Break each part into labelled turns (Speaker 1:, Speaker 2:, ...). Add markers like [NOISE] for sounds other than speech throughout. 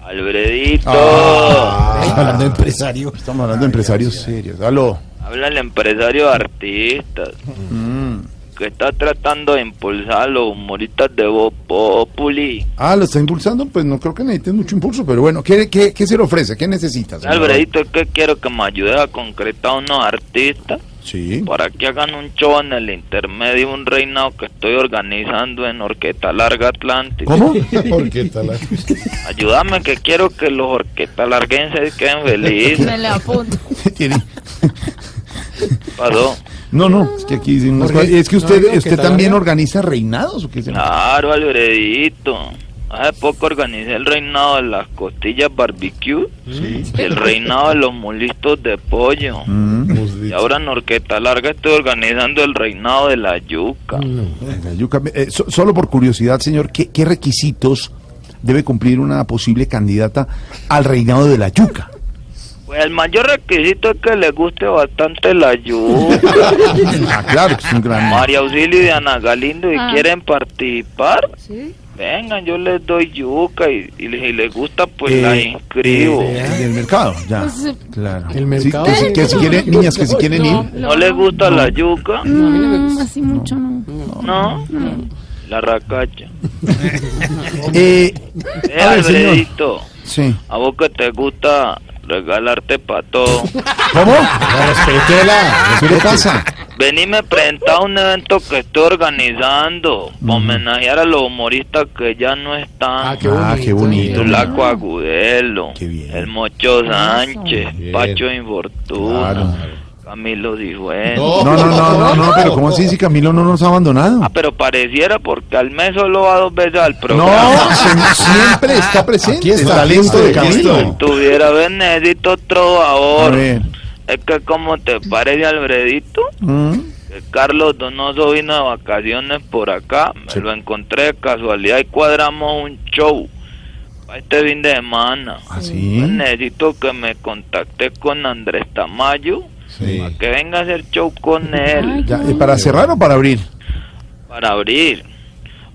Speaker 1: Albredito,
Speaker 2: hablando de empresarios. Ah. Estamos hablando de empresarios serios. Aló.
Speaker 1: habla el empresario de artistas que está tratando de impulsar a los humoristas de Voz Populi.
Speaker 2: Ah, ¿lo está impulsando? Pues no creo que necesites mucho impulso, pero bueno, ¿qué, qué, qué se le ofrece? ¿Qué necesitas? señor?
Speaker 1: Albredito, es que quiero que me ayudes a concretar a unos artistas
Speaker 2: Sí.
Speaker 1: para que hagan un show en el intermedio, un reinado que estoy organizando en Orquesta Larga Atlántica. [LAUGHS]
Speaker 2: ¿Cómo? [LAUGHS] ¿Por qué tal?
Speaker 1: Ayúdame que quiero que los Orquesta Larguenses queden felices.
Speaker 3: Me la apunto.
Speaker 2: Tiene-
Speaker 1: Pasó.
Speaker 2: No, no, es que aquí dicen unas
Speaker 4: Jorge,
Speaker 2: cosas- Es que
Speaker 4: ¿no
Speaker 2: usted,
Speaker 4: digo que
Speaker 2: usted
Speaker 4: tal
Speaker 2: también
Speaker 4: área?
Speaker 2: organiza reinados o qué se
Speaker 1: Claro, Albredito. Hace poco organicé el reinado de las costillas barbecue.
Speaker 2: Sí.
Speaker 1: El reinado de los molitos de pollo.
Speaker 2: [LAUGHS] Mm.
Speaker 1: Y ahora en Orquesta Larga estoy organizando el reinado de la yuca.
Speaker 2: La yuca- eh, so- solo por curiosidad, señor, ¿qué, qué requisitos debe cumplir una posible candidata al reinado de la yuca?
Speaker 1: Pues el mayor requisito es que le guste bastante la yuca.
Speaker 2: [LAUGHS] Ah, claro, que es un gran...
Speaker 1: María Auxilio y Ana Galindo, si
Speaker 3: Ah.
Speaker 1: quieren participar, vengan, yo les doy yuca y, y les- si les gusta, pues
Speaker 2: Eh,
Speaker 1: la inscribo.
Speaker 2: eh, del mercado, ya. Claro.
Speaker 4: Pues, eh, El mercado.
Speaker 2: Sí, que, si- que si quieren, niñas que si quieren ir.
Speaker 1: ¿No les gusta la yuca?
Speaker 5: Mm, así mucho no.
Speaker 1: No. La racacha. Eh,
Speaker 2: Eh, a ver, señor.
Speaker 1: Alfredito,
Speaker 2: Sí.
Speaker 1: a vos que te gusta regalarte para todo.
Speaker 2: ¿Cómo? Respetela. ¿Qué le pasa?
Speaker 1: Venime a presentar un evento que estoy organizando para homenajear a los humoristas que ya no están.
Speaker 4: Ah, qué bonito.
Speaker 2: Mm. Ah, qué bonito.
Speaker 1: Tulaco Agudelo,
Speaker 2: Qué bien.
Speaker 1: el Mocho Sánchez,
Speaker 4: Bien.
Speaker 1: Pacho Infortuna,
Speaker 2: Claro.
Speaker 1: Camilo Dijuén.
Speaker 2: No, no, no, no, no, pero ¿cómo así si Camilo no nos ha abandonado?
Speaker 1: Ah, pero pareciera porque al mes solo va dos veces al
Speaker 2: No,
Speaker 1: programa.
Speaker 2: se- siempre está presente.
Speaker 4: Aquí está,
Speaker 2: el talento de
Speaker 4: aquí está.
Speaker 2: Camilo. [LAUGHS]
Speaker 1: Tuviera ver, necesito
Speaker 2: A
Speaker 1: trovador.
Speaker 2: ver.
Speaker 1: Es que como te parece, Albredito,
Speaker 2: Mm.
Speaker 1: que Carlos Donoso vino de vacaciones por acá, me
Speaker 2: Sí.
Speaker 1: lo encontré de casualidad y cuadramos un show para este fin de semana.
Speaker 2: ¿Ah,
Speaker 1: Pues
Speaker 2: Así.
Speaker 1: necesito que me contacte con Andrés Tamayo
Speaker 2: Sí.
Speaker 1: para que venga a hacer show con él
Speaker 2: Ya, ¿eh, ¿Para cerrar o para abrir?
Speaker 1: para abrir.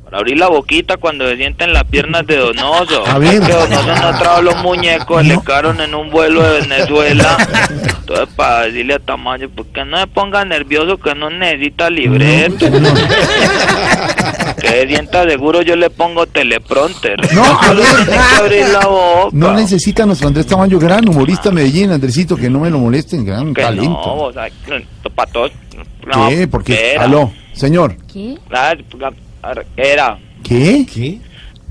Speaker 1: Para abrir la boquita cuando se sienten las piernas de Donoso.
Speaker 2: A ver.
Speaker 1: Es Que Donoso no trajo los muñecos, le
Speaker 2: No.
Speaker 1: caron en un vuelo de Venezuela. Entonces, para decirle a Tamayo, pues que no se ponga nervioso, que no necesita libreto. que se sienta seguro, yo le pongo teleprompter. [LAUGHS]
Speaker 2: No, a
Speaker 1: Solo
Speaker 2: ver.
Speaker 1: tiene que abrir la boca.
Speaker 2: No necesita nuestro Andrés Tamayo, gran humorista de Medellín, Andresito, que no me lo molesten, gran
Speaker 1: Que no,
Speaker 2: talento.
Speaker 1: o sea, que para todos.
Speaker 2: ¿Qué?
Speaker 1: no,
Speaker 2: Porque,
Speaker 1: era,
Speaker 2: aló, señor,
Speaker 6: ¿Qué?
Speaker 1: Era.
Speaker 2: ¿qué?
Speaker 4: ¿Qué?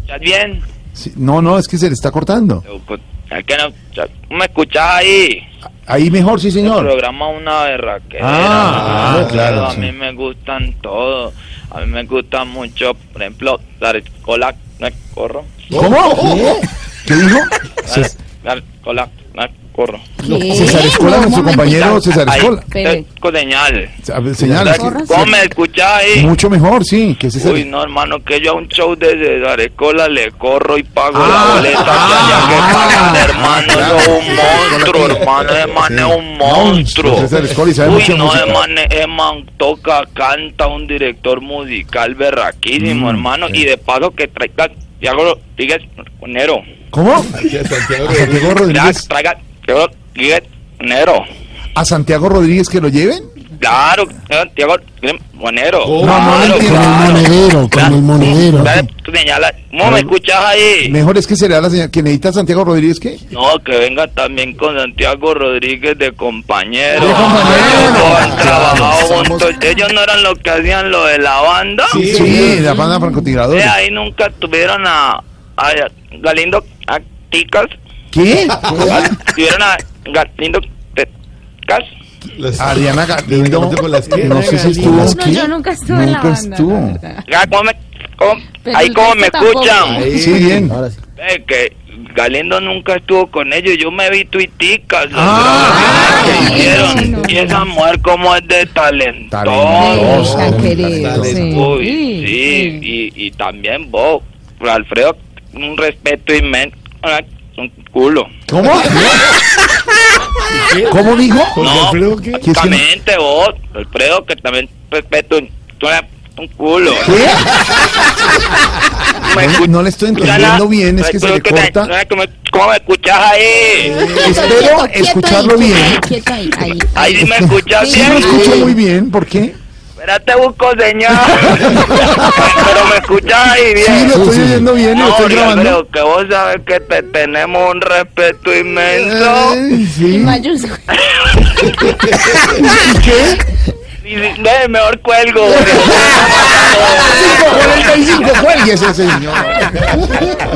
Speaker 1: ¿Estás bien?
Speaker 2: Sí, No, no, es que se le está cortando.
Speaker 1: Yo, pues, ¿a qué no? Ya, ¿Me escuchás ahí?
Speaker 2: Ahí mejor, sí,
Speaker 1: El
Speaker 2: señor.
Speaker 1: programa una berraquera.
Speaker 2: Ah,
Speaker 1: ¿no?
Speaker 2: ah, claro,
Speaker 1: A
Speaker 2: sí.
Speaker 1: mí me gustan todos. A mí me gusta mucho, por ejemplo, la cola, la corro. Oh,
Speaker 2: ¿Cómo? ¿Qué dijo?
Speaker 1: La, la cola, la corro.
Speaker 6: ¿Qué?
Speaker 2: César Escola,
Speaker 6: No,
Speaker 2: nuestro
Speaker 6: un momentito.
Speaker 2: compañero César
Speaker 1: Ahí,
Speaker 2: Escola. Ah,
Speaker 6: Espere.
Speaker 1: con señal.
Speaker 2: A ver, Señala. que-
Speaker 1: ¿Cómo me escuchás ahí?
Speaker 2: Mucho mejor, sí, que César.
Speaker 1: Uy, no, hermano, que yo a un show de César Escola le corro y pago
Speaker 2: Ah,
Speaker 1: la boleta.
Speaker 2: ah,
Speaker 1: que allá que pagan,
Speaker 2: ah,
Speaker 1: hermano,
Speaker 2: claro.
Speaker 1: eso es un monstruo, hermano, ese man es un monstruo.
Speaker 2: César Escola y sabe
Speaker 1: Uy,
Speaker 2: mucho de
Speaker 1: no,
Speaker 2: música.
Speaker 1: ese man, ese man toca, canta, un director musical berraquísimo,
Speaker 2: Mm,
Speaker 1: hermano, y de paso que traiga, Diego Rodríguez, Nero.
Speaker 2: ¿Cómo? A Santiago
Speaker 1: Ya,
Speaker 2: Rodríguez.
Speaker 1: traiga, Diego Rodríguez, Nero.
Speaker 2: ¿A Santiago Rodríguez que lo lleven?
Speaker 1: Claro, eh, Diego Rodríguez, Monero.
Speaker 4: No,
Speaker 2: no,
Speaker 1: Claro,
Speaker 2: entiendo.
Speaker 1: claro. Claro.
Speaker 4: monedero.
Speaker 1: Dale, tú señala, ¿cómo me escuchas ahí?
Speaker 2: Mejor es que se le da la señal. ¿Que necesita Santiago Rodríguez qué?
Speaker 1: No, que venga también con Santiago Rodríguez de compañero.
Speaker 2: De compañero.
Speaker 1: Ellos han
Speaker 2: Ya,
Speaker 1: trabajado
Speaker 2: estamos-
Speaker 1: juntos. Ellos no eran los que hacían lo de la banda.
Speaker 2: Sí, la banda
Speaker 1: Eh,
Speaker 2: francotiradora.
Speaker 1: ahí nunca tuvieron a, a Galindo a Ticas.
Speaker 2: ¿Qué?
Speaker 5: [LAUGHS]
Speaker 1: Tuvieron a Galindo Ticas.
Speaker 2: A Diana Galindo. No sé si estuvo.
Speaker 3: No, yo nunca estuve en la
Speaker 2: Nunca
Speaker 3: banda.
Speaker 2: estuvo.
Speaker 3: la verdad.
Speaker 1: Ya, ¿cómo me- cómo-
Speaker 3: Pero
Speaker 1: ahí
Speaker 3: el
Speaker 1: como me
Speaker 3: resto tampoco.
Speaker 1: escuchan.
Speaker 2: Sí, bien.
Speaker 1: Eh, que Galindo nunca estuvo con ellos, yo me vi tuiticas. los dramas que
Speaker 5: Ah. Ay,
Speaker 1: hicieron.
Speaker 5: no, no,
Speaker 1: Y esa
Speaker 5: no.
Speaker 1: mujer como es de
Speaker 2: Talentosa.
Speaker 1: talentosa.
Speaker 2: Ay, tan
Speaker 4: querido, sí.
Speaker 1: Uy, sí, y, y también vos, Alfredo, un respeto inmenso, ah, un culo.
Speaker 2: ¿Cómo? ¿Cómo dijo?
Speaker 1: No,
Speaker 4: Alfredo, ¿qué?
Speaker 2: ¿Qué es que no-
Speaker 1: Exactamente vos, Alfredo, que también pues, respeto un, un culo.
Speaker 2: ¿Qué?
Speaker 1: Me
Speaker 2: No,
Speaker 1: escucha-
Speaker 2: no le estoy entendiendo bien, es que se le
Speaker 1: Tú te-
Speaker 2: corta.
Speaker 1: ¿Cómo me- ¿Cómo me escuchas ahí?
Speaker 2: Espero escucharlo bien.
Speaker 5: Quieto ahí, ahí.
Speaker 1: Ahí sí me escuchas
Speaker 2: Sí,
Speaker 1: bien.
Speaker 2: lo escucho muy bien, ¿por qué?
Speaker 1: Espérate, busco
Speaker 2: [LAUGHS]
Speaker 1: señal. Pero me escuchas ahí
Speaker 2: Sí,
Speaker 1: bien.
Speaker 2: lo estoy oyendo bien y lo
Speaker 1: No,
Speaker 2: estoy
Speaker 1: Uriel,
Speaker 2: grabando.
Speaker 1: pero que vos sabes que te tenemos un respeto inmenso.
Speaker 2: Ay, Sí. Ah,
Speaker 5: Mayúscula.
Speaker 2: ¿Y qué?
Speaker 1: Y si- ve, mejor cuelgo.
Speaker 2: [LAUGHS] 5.45, cuélguese, señor.